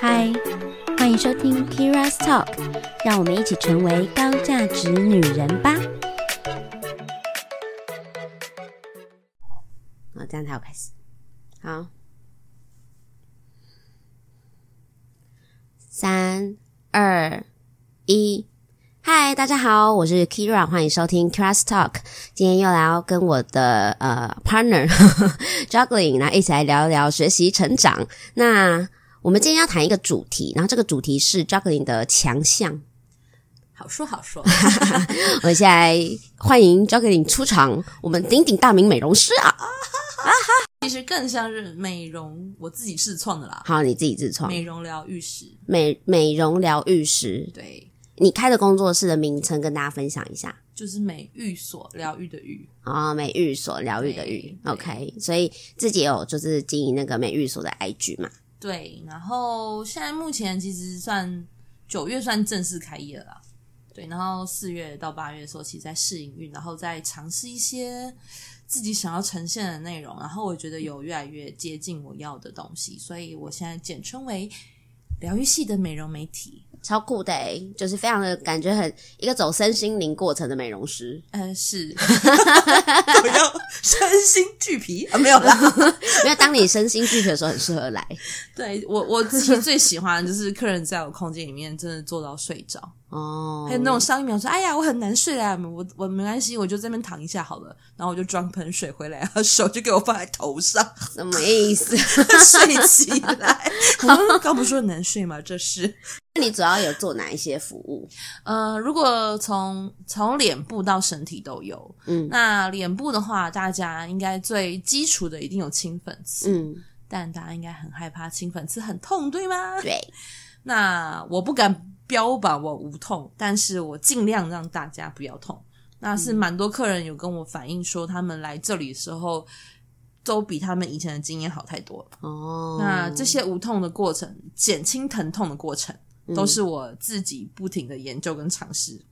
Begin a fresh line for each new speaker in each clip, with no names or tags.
嗨，欢迎收听 Kira's Talk，让我们一起成为高价值女人吧。好，哦这样才好开始。好，三二一，嗨，大家好，我是 Kira，欢迎收听 Kira's Talk。今天又来要跟我的呃 partner Juggling 来一起来聊一聊学习成长。那我们今天要谈一个主题，然后这个主题是 Juggling 的强项。
好说好说，
我们现在欢迎 Juggling 出场，我们鼎鼎大名美容师啊！
其实更像是美容，我自己自创的啦，
好，你自己自创
美容疗愈师。
美美容疗愈师，
对，
你开的工作室的名称跟大家分享一下
就是美育所疗愈的愈，
啊、哦美育所疗愈的愈
对
，OK，所以自己也有就是经营那个美育所的 IG 嘛，
对。然后现在目前其实算九月算正式开业了啦，对。然后四月到八月的时候，其实在试营运，然后再尝试一些自己想要呈现的内容。然后我觉得有越来越接近我要的东西，所以我现在简称为疗愈系的美容媒体。
超酷的、欸，就是非常的感觉很一个走身心灵过程的美容师，
呃，是， 我要身心俱疲啊，没有啦。
因为当你身心俱疲的时候，很适合来
对我我自己最喜欢的就是客人在我空间里面真的做到睡着，
哦，
还有那种上一秒说哎呀我很难睡啊，我我没关系，我就这边躺一下好了，然后我就装盆水回来，他手就给我放在头 上
什么意思？
睡起来。我说刚不是说很难睡吗？这是
那你主要有做哪一些服务？
呃，如果从从脸部到身体都有，
嗯
那脸部的话，大家应该最基础的一定有清粉刺，
嗯，
但大家应该很害怕清粉刺很痛，对吗？
对，
那我不敢标榜我无痛，但是我尽量让大家不要痛。那是蛮多客人有跟我反映说，他们来这里的时候都比他们以前的经验好太多了。
哦，
那这些无痛的过程、减轻疼痛的过程，
嗯
都是我自己不停的研究跟尝试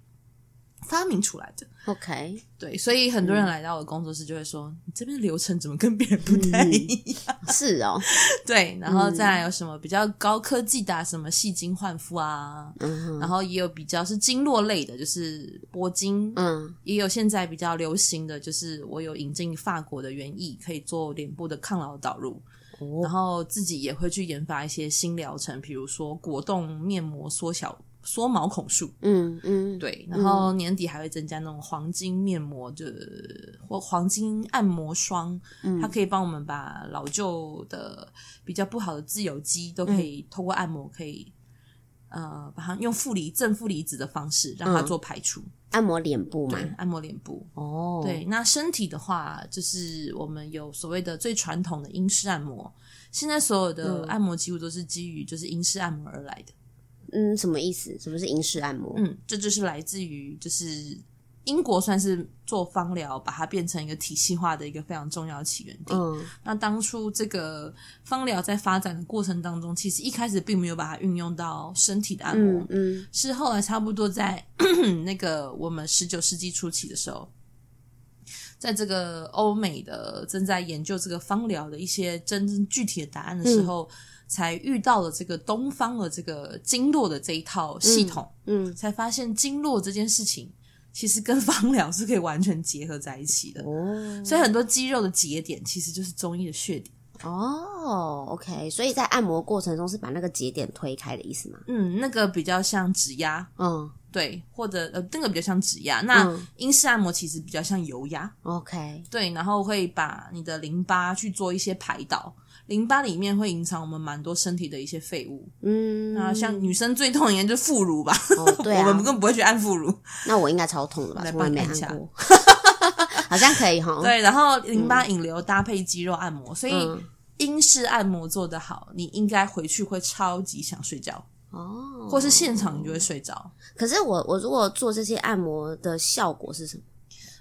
发明出来的。
OK，
对，所以很多人来到我的工作室就会说：“你这边的流程怎么跟别人不太一样？”
是哦，
对，
嗯
然后再来有什么比较高科技的、啊，什么细晶焕肤啊，
嗯
然后也有比较是经络类的，就是铂金，
嗯，
也有现在比较流行的，就是我有引进法国的园艺，可以做脸部的抗老导入，
哦
然后自己也会去研发一些新疗程，比如说果冻面膜缩小。缩毛孔术，
嗯嗯，
对，然后年底还会增加那种黄金面膜，就或黄金按摩霜，
嗯
它可以帮我们把老旧的比较不好的自由基都可以透过按摩可以。呃，把它用负离正负离子的方式让它做排除，
按摩脸部嘛
对，，按摩脸部。
嗯哦，，
对，那身体的话，就是我们有所谓的最传统的英式按摩，现在所有的按摩几乎都是基于就是英式按摩而来的。
嗯，什么意思？什么是英式按摩？
嗯，这就是来自于就是英国算是做芳疗，把它变成一个体系化的一个非常重要的起源地。
嗯
那当初这个芳疗在发展的过程当中，其实一开始并没有把它运用到身体的按摩，
嗯嗯
是后来差不多在 那个我们十九世纪初期的时候。在这个欧美的正在研究这个芳疗的一些真正具体的答案的
嗯
时候，才遇到了这个东方的这个经络的这一套系统。
嗯，
才发现经络这件事情其实跟 芳疗是可以完全结合在一起的。
哦
所以很多肌肉的节点其实就是中医的穴点。
哦，OK，所以在按摩过程中是把那个节点推开的意思吗？
嗯，那个比较像指压，
嗯
对，或者呃，那个比较像指压。那
嗯
英式按摩其实比较像油压，
，OK，
对，然后会把你的淋巴去做一些排导。淋巴里面会隐藏我们蛮多身体的一些废物，
嗯，
那像女生最痛的应该就是副乳吧，
哦对
我
啊
们，根本不会去按副乳，
那我应该超痛的吧？
来
从来
帮你
没
按一下
按过， 好像可以哈。
对，然后淋巴引流搭配肌肉按摩，所以
嗯
英式按摩做得好，你应该回去会超级想睡觉，
哦，
或是现场你就会睡着。
可是我我如果做这些按摩的效果是什么？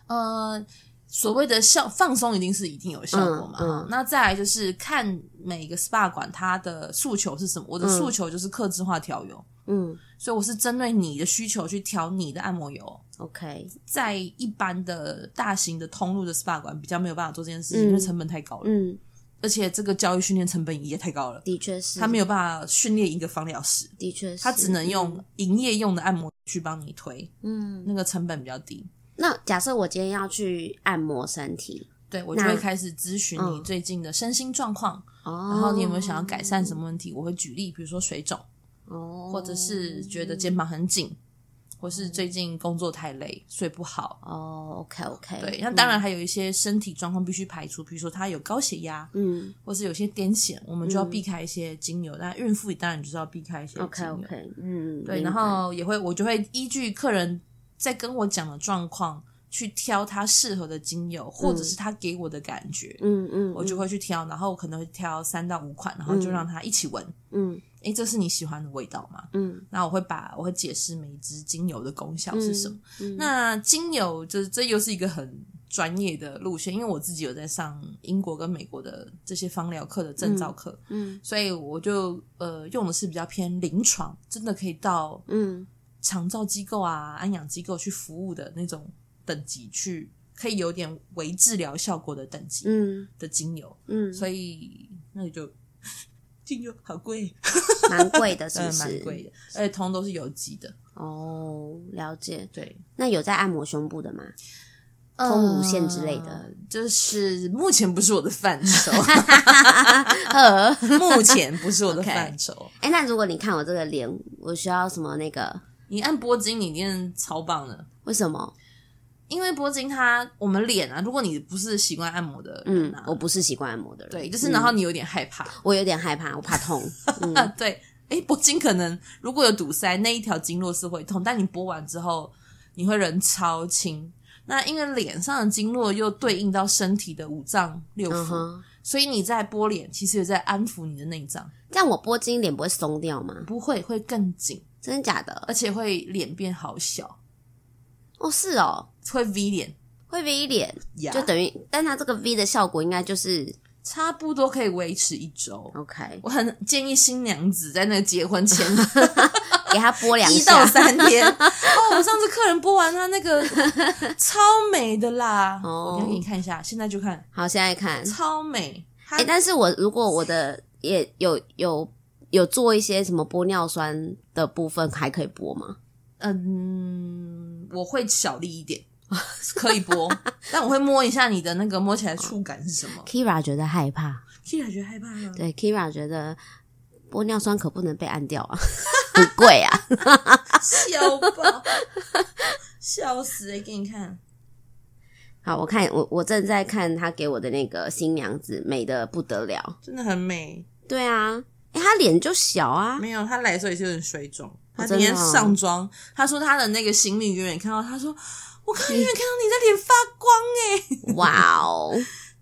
呃，所谓的效放松一定是一定有效果嘛。
嗯嗯
那再来就是看每个 SPA 馆它的诉求是什么，我的诉求就是克制化调油，
嗯
所以我是针对你的需求去调你的按摩油。
，OK，
在一般的大型的通路的 SPA 馆比较没有办法做这件事情，
嗯
因为成本太高了。
嗯
而且这个教育训练成本也太高了，
的确是，
他没有办法训练一个芳疗师，
的确是，
他只能用营业用的按摩去帮你推，
嗯。嗯
那个成本比较低。
那假设我今天要去按摩身体，
对我就
那
会开始咨询你
嗯
最近的身心状况，
哦，
然后你有没有想要改善什么问题？我会举例，比如说水肿，
哦，
或者是觉得肩膀很紧，或是最近工作太累，睡不好。
哦，OK OK，
对，那当然还有一些身体状况必须排除，比如说他有高血压，
嗯
或是有些癫痫，我们就要
嗯
避开一些精油。那孕妇当然就是要避开一些精
，OK
油。
OK，嗯，
对，
明
然
白
后也会我就会依据客人在跟我讲的状况去挑他适合的精油，或者是他给我的感觉，
嗯嗯，
我就会去挑，然后我可能会挑三到五款，然后就让他一起闻。
嗯
诶，这是你喜欢的味道吗？
嗯
那我会把我会解释每一支精油的功效是什么。
嗯
那精油就是这又是一个很专业的路线，因为我自己有在上英国跟美国的这些芳疗课的证照课，
嗯
所以我就呃用的是比较偏临床，真的可以到
嗯
长照机构啊、安养机构去服务的那种等级去。可以有点微治疗效果的等级
嗯
的精油，
嗯，
所以那个就 精油好贵，
蛮贵的，是
真
不
的
是？
蛮贵的，而且通通都是有机的，
哦，了解。
对，
那有在按摩胸部的吗？通乳腺之类的
呃，就是目前不是我的 范畴，啊
呃，
目前不是我的范畴。
哎，那如果你看我这个脸，我需要什么那个？
你按波筋，你一定超棒的。
为什么？
因为波筋它，我们脸啊，如果你不是习惯按摩的
嗯
人啊，，
我不是习惯按摩的人，
对，就是
嗯
然后你有点害怕，
我有点害怕，我怕 痛。嗯
啊，对，哎，拨筋可能如果有堵塞，那一条经络是会痛，但你拨完之后，你会人超轻。那因为脸上的经络又对应到身体的五脏六
嗯
腑，
哼，
所以你在拨脸，其实也在安抚你的内脏，
这样我拨筋脸不会松掉吗？
不会会更紧，
真的假的？
而且会脸变好小，
哦，是哦，
会 V 脸，
会 V 脸，
呀
就等于，但它这个 V 的效果应该就是
差不多可以维持一周。
OK，
我很建议新娘子在那个结 婚前
给它拨两
一
下
到。三天。哦，我上次客人播完他那 个超美的啦，
哦
我等一下给你看一下，现在就看，
好，现在看，
超美。它
哎、但是我如果我的也有有有做一些什么玻尿酸的部分，还可以播吗？
嗯，我会小力一点，可 以播，但我会摸一下你的那个摸起来触感是什么。
Kira 觉得害怕，
Kira 觉得害怕啊吗？
对，Kira 觉得玻尿酸可不能被按掉啊，很贵啊。
笑爆，笑死、欸！给你看，
好，我看我我正在看他给我的那个新娘子，美的不得了。
真的很美。
对啊，哎、她脸就小啊，
没有，他来的时候也是有点水肿。他今
真的
天
哦
上妆，他说他的那个行李远远看到，他 说我刚远远看到你的脸发光哎、
哇哦，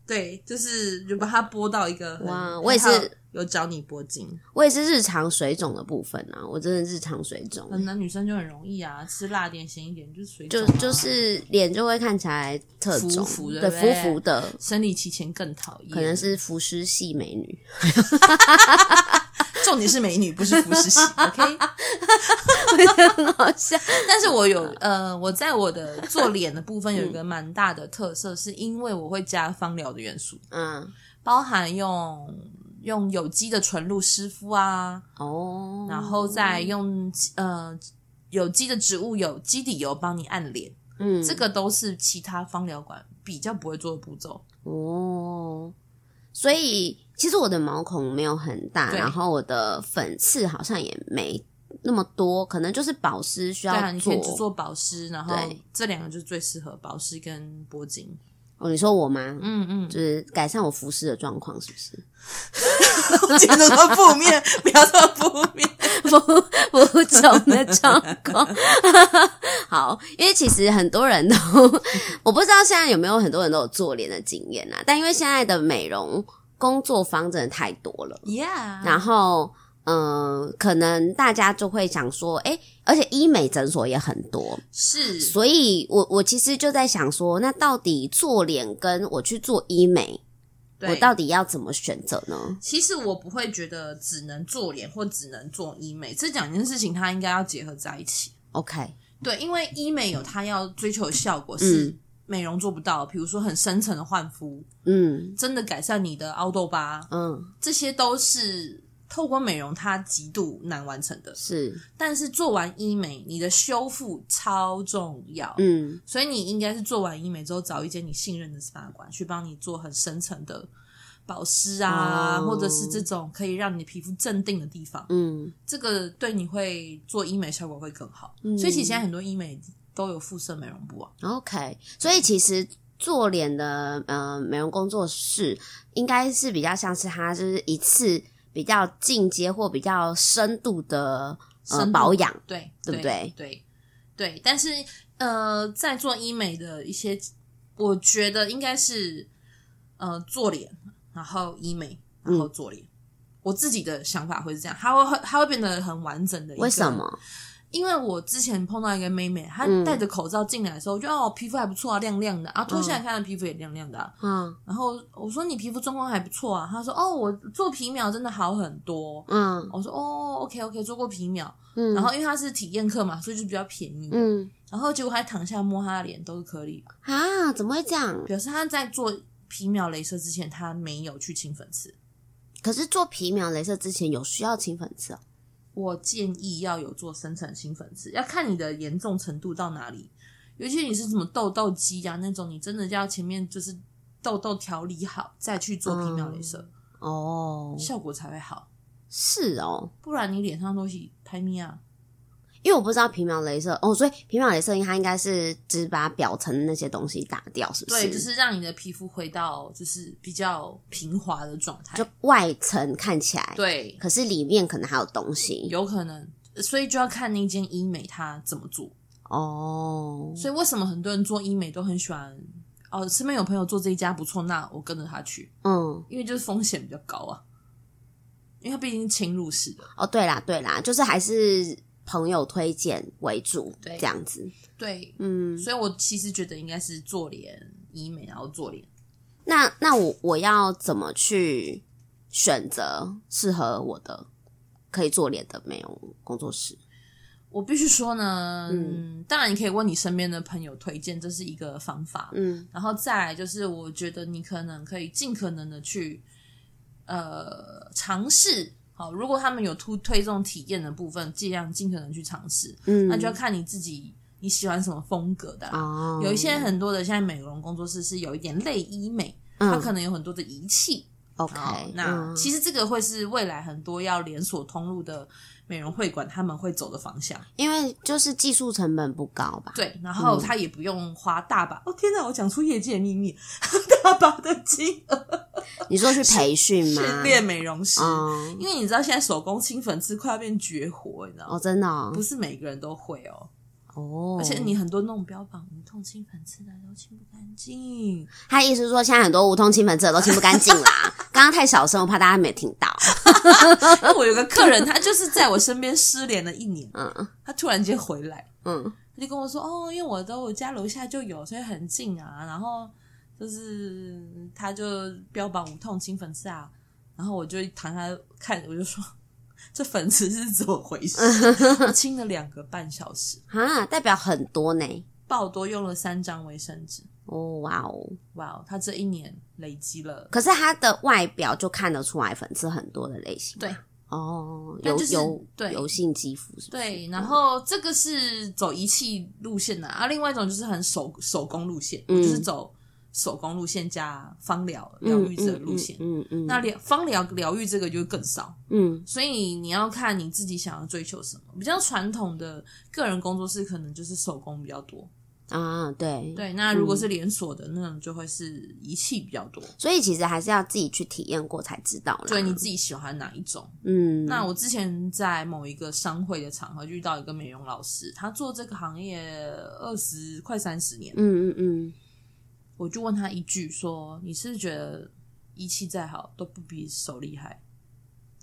对，就是就把它拨到一个很
哇我也是
很好有找你拨筋，
我也是日常水肿的部分啊，我真的日常水肿。
很男女生就很容易啊，吃辣点咸一点就是水肿
就
啊、
就是脸就会看起来特
浮
肿，
浮的
对，
对不
浮
对
浮的，
生理期前更讨厌，
可能是浮尸系美女。
重点是美女不是服 饰系，OK？
好嗯像
但是我有呃，我在我的做脸的部分有一
嗯
个蛮大的特色，是因为我会加芳疗的元素，
嗯，
包含用用有机的纯露湿敷啊，
哦，
然后再用呃有机的植物有基底油帮你按脸，
嗯，
这个都是其他芳疗馆比较不会做的步骤。
哦，所以其实我的毛孔没有很大，
对
然后我的粉刺好像也没那么多，可能就是保湿需
对啊，
要
你
做。
可以只做保湿，然后
对
这两个就是最适合保湿跟铂金。
哦，你说我吗？
嗯嗯，
就是改善我浮湿的状况，是不是？
我觉得说负面，不要说负面。
浮浮肿的状况。好，因为其实很多人都，我不知道现在有没有很多人都有做脸的经验啊，但因为现在的美容工作坊真的太多了，
Yeah，
然后。嗯，可能大家就会想说，哎、而且医美诊所也很多，
是
所以我我其实就在想说，那到底做脸跟我去做医美，我
对。
到底要怎么选择呢？
其实我不会觉得只能做脸或只能做医美，这两件事情它应该要结合在一起。
？OK，
对，因为医美有它要追求的效果是
嗯
美容做不到，比如说很深层的焕肤，
嗯
真的改善你的凹痘疤，
嗯，
这些都是透过美容它极度难完成的。
是，
但是做完医美，你的修复超重要。
嗯
所以你应该是做完医美之后，找一间你信任的 SPA 馆去帮你做很深层的保湿啊，
哦
或者是这种可以让你的皮肤镇定的地方，
嗯
这个对你会做医美效果会更好。
嗯
所以其实现在很多医美都有附设美容部啊，
，OK。所以其实做脸的呃美容工作室，应该是比较像是它就是一次比较进阶或比较深度的呃
深度
保养，
对
对不对
对？对对，但是呃，在做医美的一些，我觉得应该是呃做脸，然后医美，然
嗯
后做脸。我自己的想法会是这样，它会它会变得很完整的。
为什？么？
因为我之前碰到一个妹妹，她
嗯
戴着口罩进来的时候，我觉得哦皮肤还不错啊，亮亮的啊，脱下来看她皮肤也亮亮的、啊。
嗯
然后我说你皮肤状况还不错啊，她说哦我做皮秒真的好很多。
嗯
我说哦，OK OK，做过皮秒，
嗯，
然后因为她是体验课嘛，所以就比较便宜。
嗯
然后结果她躺下摸她的脸都是颗粒，
啊，怎么会这样？
表示她在做皮秒镭射之前，她没有去清粉刺。
可是做皮秒镭射之前有需要清粉刺哦。
我建议要有做深层清粉刺，要看你的严重程度到哪里。尤其你是什么痘痘肌呀、那种，你真的要前面就是痘痘调理好，再去
嗯
做皮秒镭射，
哦，
效果才会好。
是哦，
不然你脸上的东西拍咪啊，
因为我不知道皮秒镭射哦，所以皮秒镭射它应该是只把表层的那些东西打掉，是不是？
对，就是让你的皮肤回到就是比较平滑的状态
就。外层看起来，，
对，
可是里面可能还有东西
有可能，所以就要看那间医美它怎么做。
哦。
所以为什么很多人做医美都很喜欢？哦，身边有朋友做这一家不错，那我跟着他去。
嗯，
因为就是风险比较高啊，因为它毕竟是侵入式的。
哦，对啦，对啦，就是还是朋友推荐为主，
对
这样子。
对，
嗯，
所以我其实觉得应该是做脸医美，然后做脸。
那那我我要怎么去选择适合我的可以做脸的美容工作室？
我必须说呢，
嗯
嗯，当然你可以问你身边的朋友推荐，这是一个方法。
嗯
然后再来就是，我觉得你可能可以尽可能的去，呃，尝试。好，如果他们有推推这种体验的部分，尽量尽可能去尝试。
嗯，
那就要看你自己你喜欢什么风格的啦、
哦，
有一些很多的现在美容工作室是有一点类医美，它
嗯
可能有很多的仪器。
OK，
哦那
嗯
其实这个会是未来很多要连锁通路的美容会馆他们会走的方向。
因为就是技术成本不高吧？
对，然后它也不用花大把。哦天哪，我讲出业界秘密， 大把的金额
你说去培训吗？
训练美容师，
哦
因为你知道现在手工清粉刺快要变绝活，你知道吗？
哦，真的哦
不，是每个人都会哦，
哦，
而且你很多那种标榜无痛清粉刺的都清不干 净。
他意思是说现在很多无痛清粉刺的都清不干净 啦，刚刚太小声，我怕大家没有听到。
因为我有个客人，他就是在我身边失联了一年，
嗯
他突然间回来，
嗯
他就跟我说：“哦，因为我的我家楼下就有，所以很近啊。”然后就是他就标榜无痛清粉刺啊，然后我就躺下看，我就说：“这粉刺是怎么回事？”我清了两个半小时，
啊，代表很多呢。
爆多用了三张卫生纸。
哦哇哦，
哇哦，他这一年累积了，
可是它的外表就看得出来粉刺很多的类型。啊
对
哦，
那
油
就是
油
对
油性肌肤是不是？
对，然后这个是走仪器路线的啊，另外一种就是很手手工路线，我就是走手工路线加芳疗疗愈者路线。
嗯嗯嗯，
那疗芳疗疗愈这个就更少，
嗯
所以你要看你自己想要追求什么。比较传统的个人工作室可能就是手工比较多，
啊对，
对。那
嗯
如果是连锁的那种，就会是仪器比较多。
所以其实还是要自己去体验过才知道啦。
对你自己喜欢哪一种？
嗯，
那我之前在某一个商会的场合遇到一个美容老师，他做这个行业二十快三十年，
嗯嗯嗯，
我就问他一句说：“你是不是觉得仪器再好都不比手厉害？”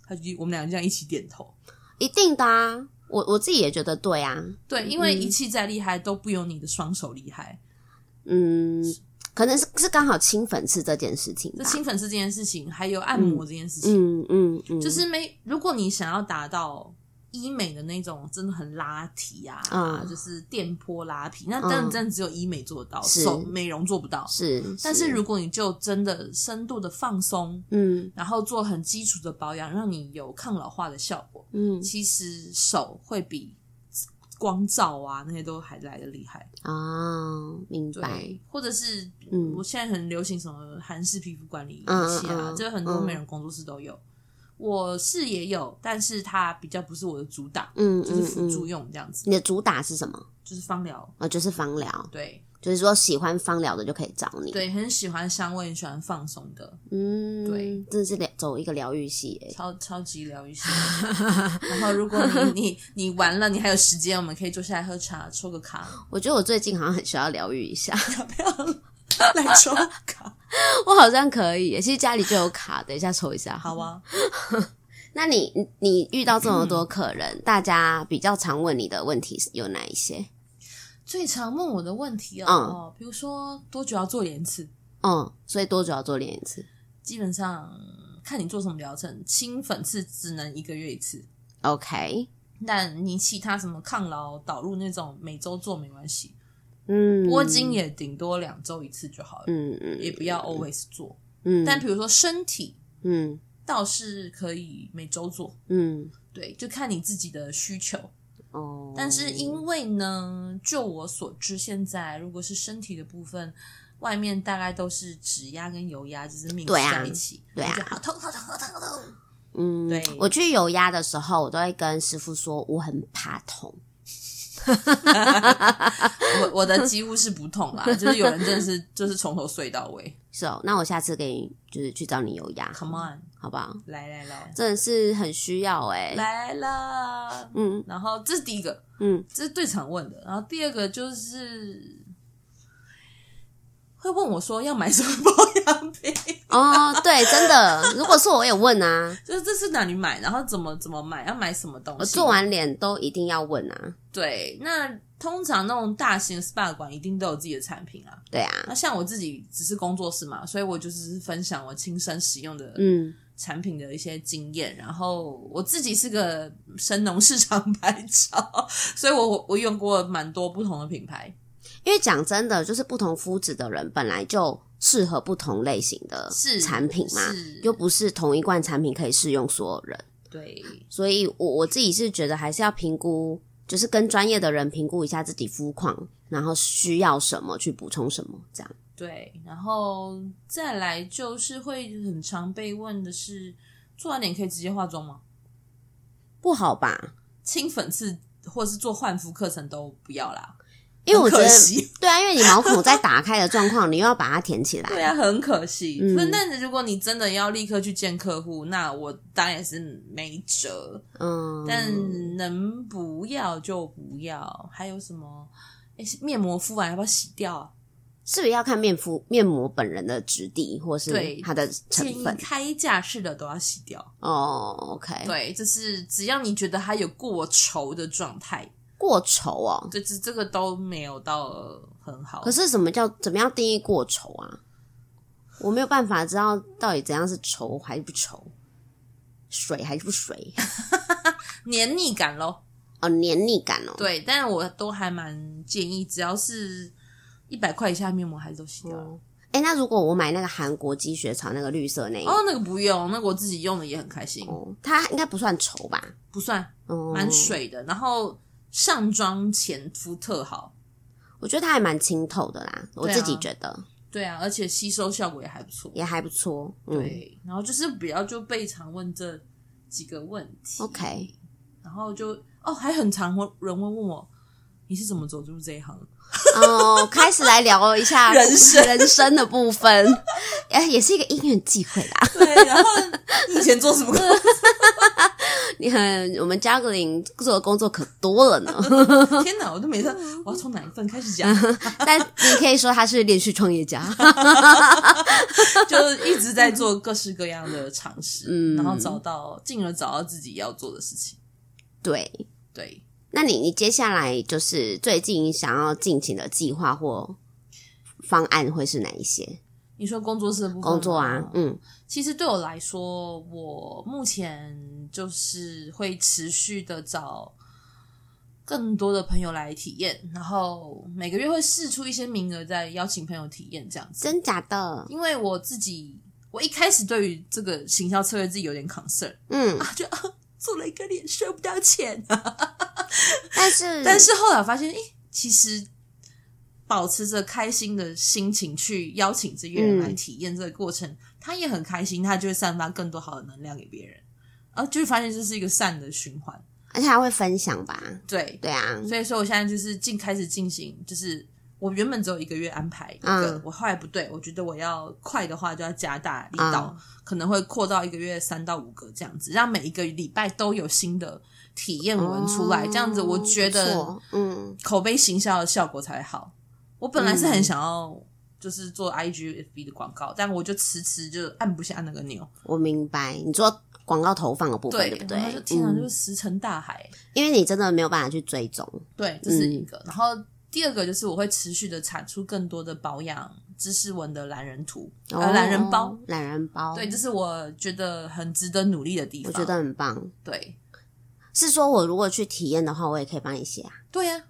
他就我们俩就这样一起点头。
一定的啊，我我自己也觉得对啊，
对，因为仪器再厉害都不有你的双手厉害。
嗯，可能是是刚好清粉刺这件事情
这
吧，
清粉刺
嗯
这件事情，还有按摩这件事情，
嗯嗯嗯，
就是没如果你想要达到医美的那种真的很拉皮啊，
嗯
就是电波拉皮，那真
嗯
的真的只有医美做得到，
是
手美容做不到。
是，
但是如果你就真的深度的放松，
嗯
然后做很基础的保养，让你有抗老化的效果，
嗯
其实手会比光照啊那些都还来的厉害。
哦，明白，
对，或者是
嗯
我现在很流行什么韩式皮肤管理仪器
嗯
啊
嗯，嗯
这很多
嗯
美容工作室都有。我是也有，但是它比较不是我的主打，
嗯
就是
嗯
辅助
嗯。
用这样子，
你的主打是什么？
就是芳疗。
哦，就是芳疗，
对
就是说喜欢芳疗的就可以找你。，
对，很喜欢香味，很喜欢放松的，
嗯，
对，
真的是疗走一个疗愈系耶。
超超级疗愈系。 然后如果你 你你完了，你还有时间，我们可以坐下来喝茶，抽个 卡，
我觉得我最近好像很需要疗愈一下，
要不要来抽卡？
我好像可以耶。其实家里就有卡，等一下抽一下。
好啊，
那你你你遇到这么多客人，大家比较常问你的问题有哪一些？
最常问我的问题哦，
嗯
哦比如说多久要做脸刺？
嗯，所以多久要做脸一次
基本上看你做什么疗程，清粉刺只能一个月一次，
？OK，
但你其他什么抗老导入那种每周做没关系，
嗯，
拨筋，也顶多两周一次就好了，
嗯嗯，
也不要 always 做。
嗯，
但比如说身体
嗯
倒是可以每周做，
嗯
对，就看你自己的需求。
哦，
但是因为呢，就我所知，现在如果是身体的部分。外面大概都是指压跟油压，就是命
对啊
在一起，
对啊
就好痛痛痛痛痛痛，
嗯，
对
我去油压的时候，我都会跟师傅说我很怕痛，
我我的几乎是不痛啦，就是有人真的是就是从头睡到尾。
是哦，那我下次给你就是去找你油压
Come on，
好不好？
来来来
真的是很需要哎、
来啦！
嗯
然后这是第一个，
嗯
这是最常问的。然后第二个就是会问我说要买什么保养品，
哦，对，真的，如果是我也问啊，
就是这是哪里买，然后怎么怎么买，要买什么东西。
我做完脸都一定要问啊，
对，那通常那种大型 SPA 馆一定都有自己的产品啊。
对啊，
那像我自己只是工作室嘛，所以我就只是分享我亲身使用的
嗯，
产品的一些经验，然后我自己是个神农市场牌照，所以我我用过蛮多不同的品牌，
因为讲真的，就是不同肤质的人本来就适合不同类型的
是
产品嘛，
是
又不是同一罐产品可以适用所有人。
对
所以我我自己是觉得还是要评估，就是跟专业的人评估一下自己肤况，然后需要什么去补充什么，这样。
对，然后再来就是会很常被问的是，做完脸可以直接化妆吗？
不好吧？
清粉刺或是做焕肤课程都不要啦，
因为我觉
很
得
可，惜，
对啊，因为你毛孔在打开的状况，你又要把它填起来。
对啊，很可惜。
嗯
那、但如果你真的要立刻去见客户，那我当然也是没辙。
嗯，
但能不要就不要。还有什么？哎、面膜敷完要不要洗掉啊？
是不是要看面敷面膜本人的质地，或是
对
它的成
建议
分？
开架式的都要洗掉。
哦，OK，，
对，就是只要你觉得它有过稠的状态，
过稠哦。
对，这这个都没有到很好。
可是什么叫怎么样定义过稠啊？我没有办法知道到底怎样是稠还是不稠，水还是不水
黏腻感咯，
哦，黏腻感哦。
对，但我都还蛮建议，只要是一百块以下的面膜还是都洗掉了。
哦，哎、那如果我买那个韩国积雪草那个绿色那一
哦，那个不用，那个我自己用的也很开心，
哦，它应该不算稠吧？
不算
哦，
蛮。水的。然后上妆前敷特好，
我觉得它还蛮清透的啦，我
对啊
自己觉得
对啊，而且吸收效果也还不错。
也还不错。嗯、，
对，然后就是比较就被常问这几个问题。
OK
然后就哦，还很常问人问问我，你是怎么走入这一行？
哦，开始来聊一下
人生
人生的部分，哎，也是一个因缘际会啦。
对，然后你以前做什么工 作？
你很，我们 juggling 做的工作可多了呢，
天哪，我都没在，
嗯
我要从哪一份开 始讲？
但你可以说他是连续创业家。
就一直在做各式各样的尝试，
嗯
然后找到，进而找到自己要做的事情。
对，
对，
那你你接下来就是最近想要进行的计划或方案会是哪一些？
你说工作室的部分吗
工作啊，嗯
其实对我来说，我目前就是会持续的找更多的朋友来体验，然后每个月会试出一些名额，再邀请朋友体验这样子。
真假的，
因为我自己，我一开始对于这个行销策略自己有点 concern
嗯，
啊，就啊做了一个脸收不到钱，
但是
但是后来我发现，诶、其实保持着开心的心情去邀请这些人来体验这个过程，他也很开心，他就会散发更多好的能量给别人，然后就会发现这是一个善的循环。
而且还会分享吧？
对，
对啊，
所以说我现在就是进开始进行，就是我原本只有一个月安排一个，
嗯
我后来不对，我觉得我要快的话就要加大力
啊
道，可能会扩到一个月三到五个这样子，让每一个礼拜都有新的体验文出来，
哦
这样子我觉
不
得
错嗯，
口碑行销的效果才会好。我本来是很想要就是做 IG、FB 的广告，但我就迟迟就按不下那个钮。
我明白。你做广告投放的部分，对不
然后就
对？
天哪，
嗯
就是石沉大海。
因为你真的没有办法去追踪，
对，这
嗯
是一个。然后第二个就是我会持续的产出更多的保养知识文的懒人图，呃，懒人包。，
哦懒人包，
对，这是我觉得很值得努力的地
哦我
方。
觉得很棒。
对，
是说我如果去体验的话，我也可以帮你写啊。
对呀、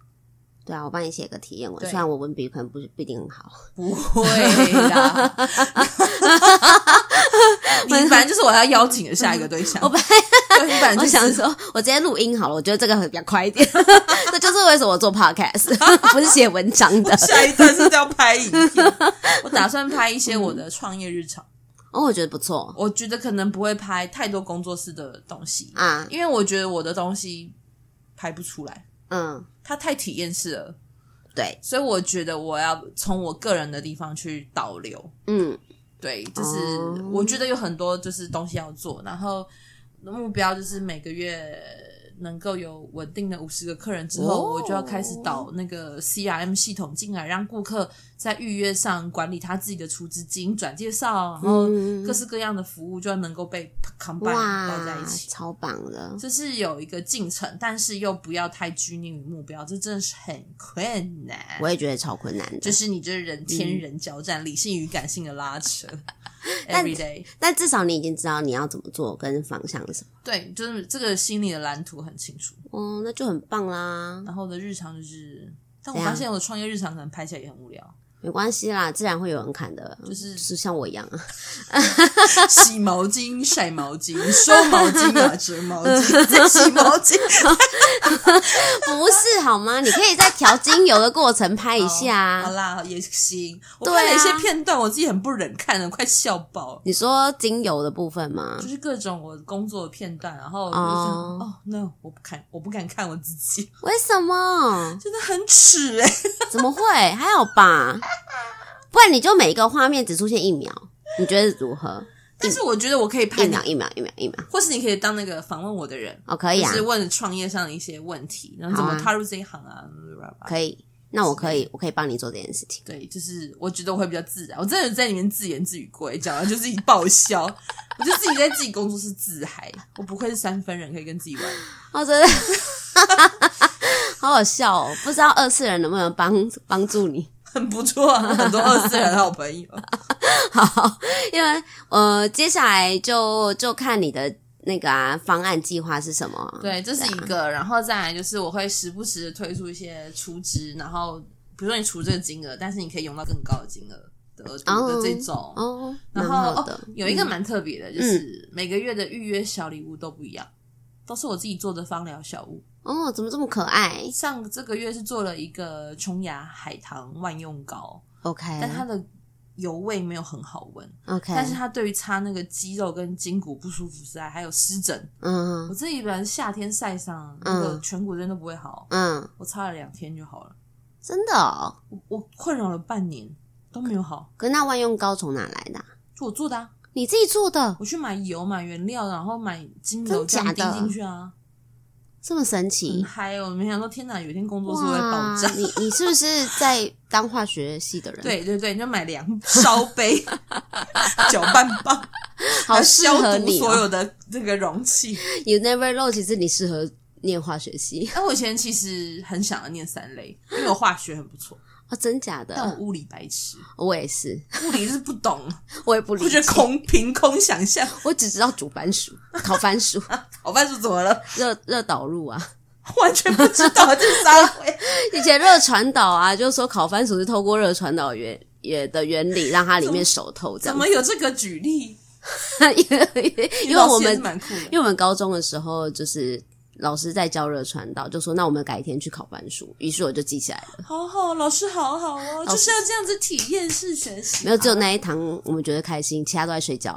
对啊，我帮你写个体验文，
对
虽然我文笔可能不是不一定很好，
不会啦。 你反正就是我要邀请的下一个 对象。我本来，你本来
我
就
想
是
说，我直接录音好了，我觉得这个会比较快一点。 这就是为什么我做 podcast，不是 写文章 的。
下一站是要拍影片， 我打算拍一些我的创业日常。
哦，我觉得不错
我觉得可能不会拍太多工作室的东西，
啊，
因为我觉得我的东西拍不出来，
嗯，
它太体验式了。
对，
所以我觉得我要从我个人的地方去导流。
嗯，
对，就是
哦
我觉得有很多就是东西要做，然后目标就是每个月能够有稳定的五十个客人之后，
哦
我就要开始导那个 CRM 系统进来，让顾客在预约上管理他自己的出资金、转介绍，然后
嗯
各式各样的服务就能够被 combine 包在
哇
一，起。
超棒的，
这是有一个进程，但是又不要太拘泥于目标，这真的是很困难。
我也觉得超困难的。
就是你这人天人交战，理性与感性的拉扯
但
，every day。
但至少你已经知道你要怎么做跟方向是什么，
对，就是这个心理的蓝图很清楚。
哦，那就很棒啦，
然后我的日常就是，但我
怎样
发现我创业日常可能拍起来也很无聊，
没关系啦，自然会有人看的，
就是
就是像我一样啊，
洗毛巾、晒毛巾、收毛巾、啊、折毛巾、再洗毛巾，
不是好吗？你可以在调精油的过程拍一下
好好
啊。
啦，也行。我
对啊
看了一些片段，我自己很不忍看了，快笑爆了。
你说精油的部分吗
就？是各种我工作的片段，然后我就想，
哦
哦，no，我不看，我不敢看我自己，
为什么？
真的很耻哎、
怎么会？还好吧，不然你就每一个画面只出现一秒，你觉得如何？
但是我觉得我可以拍
一
你
秒，一秒，一秒，一秒，
或是你可以当那个访问我的人，
哦，可以啊
就，是问创业上的一些问题，然后怎
好
么
啊
踏入这一行啊，blah blah blah
可以。那我可以，我可以帮你做这件事情。
对，就是我觉得我会比较自然，我真的在里面自言自语过，讲完就自己爆笑， 我就自己在自己工作室自嗨，我不愧是三分人，可以跟自己玩。
哦，真的， 好好笑哦！不知道二次元能不能帮帮助你？
很不错啊，很多二次元好朋 友。
好，因为呃，接下来就就看你的那个啊方案计划是什么。，啊
对，这是一个，然后再来就是我会时不时的推出一些出值，然后比如说你除这个金额，但是你可以用到更高的金额的额度的这种。
哦，
然
蛮
后
好的嗯
哦。，有一个蛮特别的，就是每个月的预约小礼物都不一样，都是我自己做的芳疗小物。
哦，怎么这么可爱
上这个月是做了一个琼崖海棠万用膏，
？OK，
但它的油味没有很好闻，
OK，
但是它对于擦那个肌肉跟筋骨不舒服之外，还有湿疹，我
嗯
自己本来夏天晒伤，那个
嗯
颧骨真的不会好，
嗯，
我擦了两天就好了，
真的哦。
我我困扰了半年都没有好，
可是那万用膏从哪来的啊、
就我做的、啊，
你自己做的，
我去买油、买原料，然后买精油这
真
样
假
滴
的
进去啊。
这么神
很
奇！
嗨哦！没想到天哪，有一天工作室会爆
嗯哇
炸，。
你你是不是在当化学系的人？，
对对对，你就买两 烧杯、搅拌棒，
好适
消
合
毒
你、
所
哦。
有的那个容器。
You never know，其实你适合念化学系
哎，我以前其实很想要念三类，因为我化学很不错，
哦，真假的？
但我物理白痴，
我也是，
物理就是不懂，
我也不理
我觉
解
得，空凭空想象。
我只知道煮番薯、 烤番薯、
好番薯怎么了？
热热导入啊，
完全不知道，这是啥鬼？
以前热传导啊，就是说烤番薯是透过热传导原也的原理让它里面熟透这
怎
样
么有这个举例？
因为因为
老师
我
也是
们
蛮酷的
因为我们高中的时候就是老师在教热传导，就说那我们改天去烤番薯，于是我就记起来了。
好好，老师好好哦，
老师
就是要这样子体验式学习。
没有，只有那一堂我们觉得开心，其他都在睡 觉，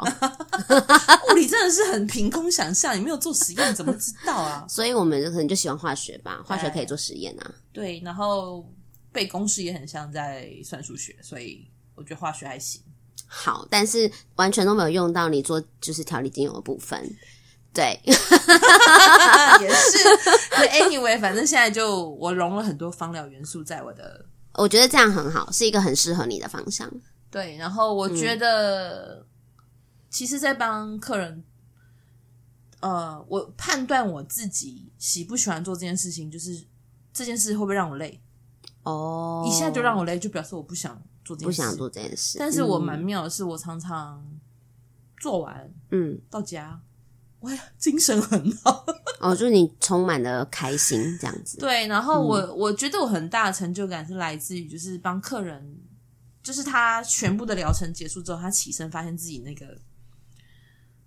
物理真的是很凭空想象，你没有做实验怎么知道啊？
所以我们就可能就喜欢化学吧，化学可以做实验啊。
对，然后背公式也很像在算数学，所以我觉得化学还行。
好，但是完全都没有用到你做就是调理精油的部分。对，
也是 对，anyway，反正现在就我融了很多芳疗元素在我的
我觉得这样很好，是一个很适合你的方向。
对，然后我觉得，其实，在帮客人，呃，我判断我自己喜不喜欢做这件事情，就是这件事会不会让我累，
哦
一下就让我累，就表示我不想做这
不
件事。
想做这件事，嗯
但是我蛮
们
妙的是，我常常做完
嗯，
到家，我精神很好。
哦，就是你充满了开心这样子。
对，然后我、
嗯
我觉得我很大的成就感是来自于就是帮客人，就是他全部的疗程结束之后，他起身发现自己那个。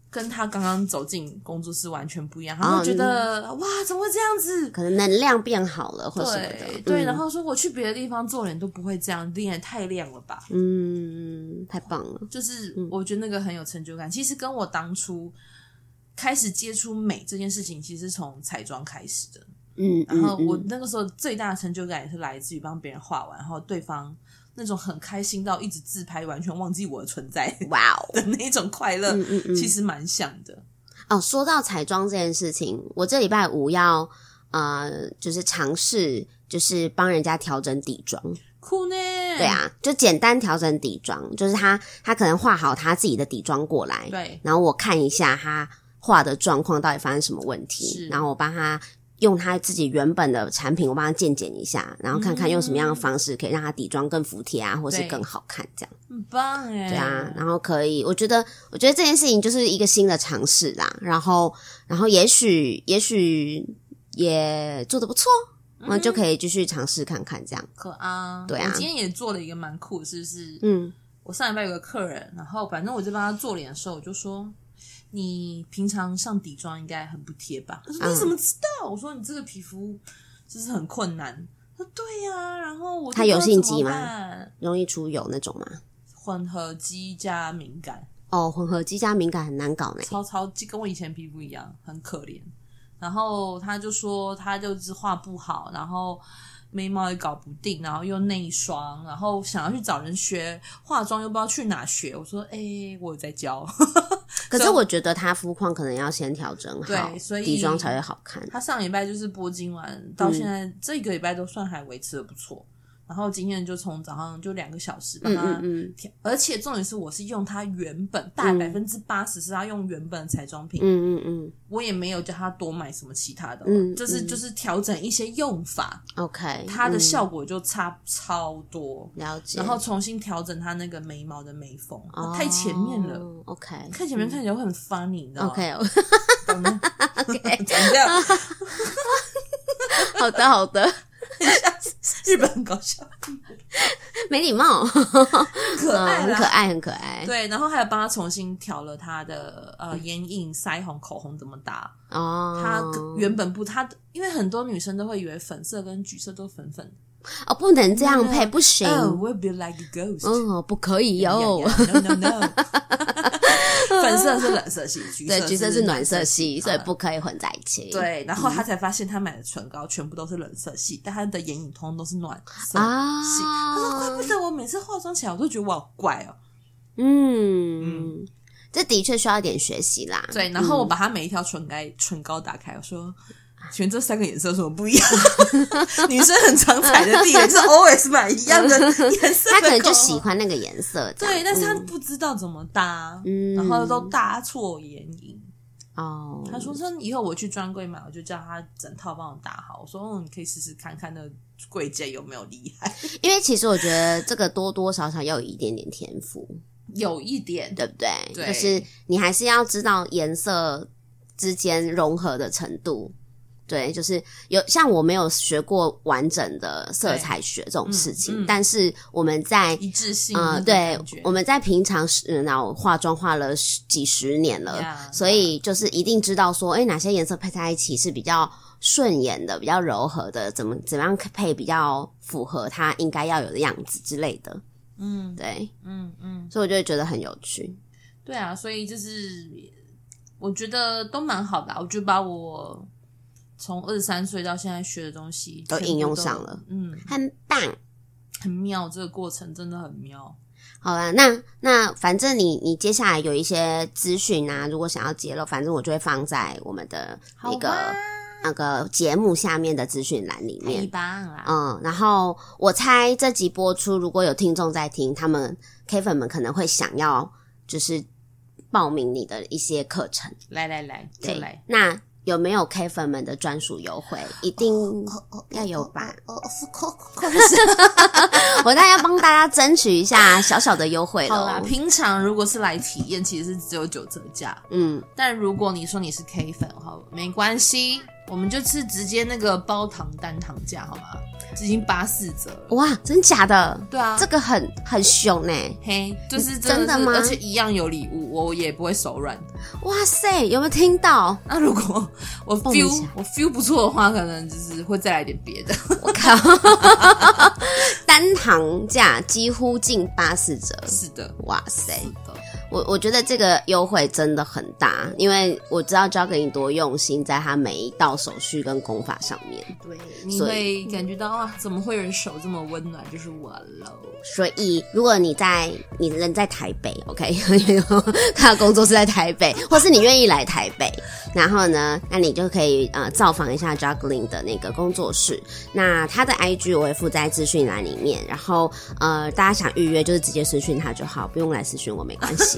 跟他刚刚走进工作室完全不一样，他
哦
会觉得、哇，怎么会这样子？
可能能量变好了或什么的
对，对，
嗯
然后说我去别的地方做脸都不会这样，脸也太亮了吧？
嗯，太棒了，
就是
嗯
我觉得那个很有成就感。其实跟我当初开始接触美这件事情，其实是从彩妆开始的。
嗯，
然后
嗯
我
嗯
那个时候最大的成就感也是来自于帮别人画完，然后对方那种很开心到一直自拍，完全忘记我的存在
哇哦，
的那种快乐，
嗯嗯嗯，
其实蛮像的。
哦，说到彩妆这件事情，我这礼拜五要呃，就是尝试就是帮人家调整底妆，
酷呢？对
对，啊，就简单调整底妆，就是他他可能画好他自己的底妆过来，
对，
然后我看一下他画的状况到底发生什么问题
是，
然后我帮他。用他自己原本的产品，我帮他鉴检一下，然后看看用什么样的方式可以让他底妆更服帖啊，或是
对
更好看这样。
很棒哎。
对啊，然后可以，我觉得，我觉得这件事情就是一个新的尝试啦。然后，然后也许，也许也做的不错，那、就可以继续尝试看看这样。
可啊，
对啊
我今天也做了一个蛮酷的事，是
嗯
我上礼拜有个客人，然后反正我在帮他做脸的时候，我就说。你平常上底妆应该很不贴吧？他说
嗯
你怎么知道？我说你这个皮肤就是很困难。他说对呀、然后我就
他有
不知道
性
怎么
急吗
办？
容易出油那种嘛。
混合肌加敏感，
哦，混合肌加敏感很难搞呢。
超超肌跟我以前皮肤一样，很可怜。然后他就说，他就是画不好，然后眉毛也搞不定，然后又内双，然后想要去找人学化妆，又不知道去哪学。我说，哎、我有在教。
可是我觉得他肤况可能要先调整好，
对所以
底妆才会好看。
他上礼拜就是播金完，到
嗯
现在、这个礼拜都算还维持的不错。然后今天就从早上就两个小时帮
嗯
他
嗯嗯
调，而且重点是我是用他原本大
嗯
百分之八十是他用原本的彩妆品，
嗯嗯嗯
我也没有叫他多买什么其他的哦、
嗯
就是
嗯
就是调整一些用法，
，OK，
它的
嗯
效果就差超多。
了解，
然后重新调整他那个眉毛的眉峰，
哦
太前面了，
，OK，
看前面看起来会很 funny，你知道吗
OK，
懂吗 讲这样
好的好的，
日本很搞笑，
没礼貌，
可
嗯，
爱
很可
啦。
爱很可爱。
对，然后还有帮他重新调了他的
嗯
呃眼影、腮红、口红怎么搭。
哦，
他原本不，他因为很多女生都会以为粉色跟橘色都粉粉
哦，不能这样配，
No.
不行
的。，哦、oh,，will be like a ghost、
哦，不可以哦。
Yeah, yeah, yeah. No, no, no. 粉色是冷色系，橘
对，橘色是暖色系，所以。
嗯
不可以混在一起。
对，然后他才发现他买的唇膏全部都是冷色系，但他的眼影通通都是暖色。是他说：“怪
啊，
不得我每次化妆起来，我都觉得我好怪哦。
嗯，这的确需要一点学习啦”。
对，然
嗯
后我把他每一条唇膏唇膏打开，我说：“请问这三个颜色有什么不一样？” 女生很常踩的地雷是 always 买一样的颜 色，
他可能就喜。欢那个颜色这样。
对，但是他不知道怎么搭，
嗯
然后都搭错眼影。
哦，
他说：“说以后我去专柜买，我就叫他整套帮我打好。”我说：“哦，你可以试试看看那个柜姐有没有厉害，
因为其实我觉得这个多多少少要有一点点天赋，
有一点
对不对？
对
就是你还是要知道颜色之间融合的程度。对，就是有像我没有学过完整的色彩学这种事情，
嗯嗯
但是我们在
一致
嗯、
性那
呃
个
对
感觉，
我们在平常是然后化妆化了十几十年了
Yeah，
所以就是一定知道说，哎、哪些颜色配在一起是比较顺眼的、比较柔和的，怎么怎么样配比较符合它应该要有的样子之类的。
嗯
对，
嗯嗯，
所以我就会觉得很有趣。
对啊，所以就是我觉得都蛮好的啊、我就把我从二十三岁到现在学的东西
都
全部
应用上了，
嗯，
很棒。
很妙，这个过程真的很妙。
好啦，那那反正你你接下来有一些资讯啊，如果想要揭露，反正我就会放在我们的
好啊
那
吧
个那个节目下面的资讯栏里
太
面
一。般啦，
嗯，然后我猜这集播出，如果有听众在听，他们 K 粉们可能会想要就是报名你的一些课程，
来来来，就
对
来。，
那有没有 K 粉们的专属优惠？一定要有吧？
哦，
我当然要帮大家争取一下小小的优哦惠
好啦，
了。
平常如果是来体验，其实是只有九折价。
嗯，
但如果你说你是 K 粉，好，没关系，我们就是直接那个包糖单糖价，好吗？已经八四折了。
哇，真假的？
对啊，
这个很很欸熊呢、
嘿，就是
真
真
的
是
吗
而且一样有礼物，我也不会手软。
哇塞，有没有听到？
那如果我
蹦一
feel
下
我 feel 不错的话，可能就是会再来点别的。
我靠，单堂价几乎近八四折。
是的，
哇塞
是，的，
我我觉得这个优惠真的很大，因为我知道 j o g 你多用心在他每一道手续跟功法上面，
对，你
所嗯
会感觉到啊，怎么会有人手这么温暖？就是我喽。
所以如果你在你人在台北，OK，因为 他的工作是在台北，或是你愿意来台北，然后呢，那你就可以呃造访一下 j o g l i n g 的那个工作室。那他的 IG 我会附在资讯栏里面，然后呃大家想预约就是直接私讯他就好，不用来私讯我没关系。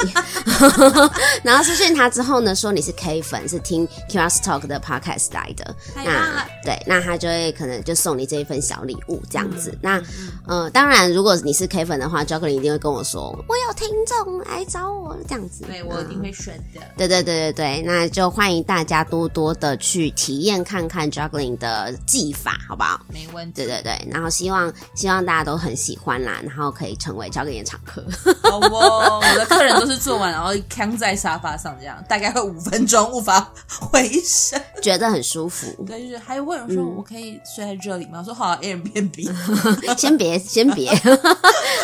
然后私讯他之后呢，说你是 K 粉，是听 Curious Talk 的 Podcast 来的，
太棒
那
了
对，那他就会可能就送你这一份小礼物这样子。那呃，当然如果你是 K 粉的话 j o g l i n g 一定会跟我说，我有听众来找我这样子。
对我一
嗯
定会选的。
对对对对对，那就欢迎大家多多的去体验看看 juggling 的技法，好不好？
没问题
对，对对，然后希望希望大家都很喜欢啦，然后可以成为 juggling 的常客。
好哦，我的客人都是做完然后扛在沙发上这样，大概会五分钟无法回神。
觉得很舒服。
对，就是还有人说
嗯
我可以睡在这里吗？我说好、啊、，Airbnb。
先别，先别。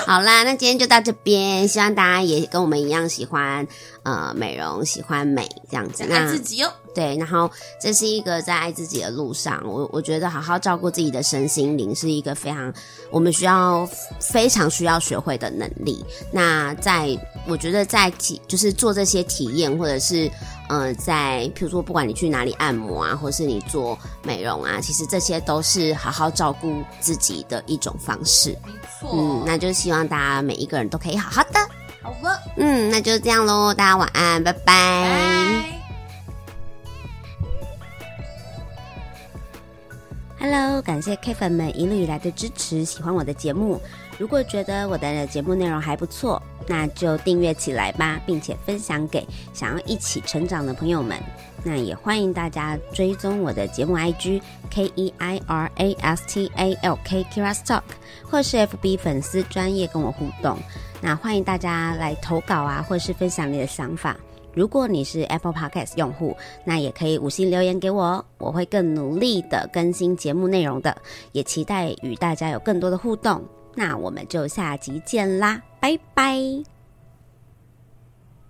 好啦，那今天就到这边，希望大家也跟我们一样喜欢呃美容，喜欢美这样子。
爱
那
自己哦，
对，然后这是一个在爱自己的路上，我我觉得好好照顾自己的身心灵是一个非常我们需要非常需要学会的能力。那在我觉得在体就是做这些体验，或者是呃，在譬如说不管你去哪里按摩啊，或是你做美容啊，其实这些都是好好照顾自己的一种方式。
没错，
嗯，那就希望大家每一个人都可以好好的。
好吧，
嗯，那就这样喽，大家晚安，拜拜。
拜。
Hello，感谢 K 粉们一路以来的支持，喜欢我的节目。如果觉得我的节目内容还不错，那就订阅起来吧，并且分享给想要一起成长的朋友们。那也欢迎大家追踪我的节目 IG K E I R A S T A L K Kira Stock，或是 FB 粉丝专业跟我互动。那欢迎大家来投稿啊，或是分享你的想法。如果你是 Apple Podcast 用户，那也可以五星留言给我哦，我会更努力的更新节目内容的，也期待与大家有更多的互动。那我们就下集见啦，拜拜。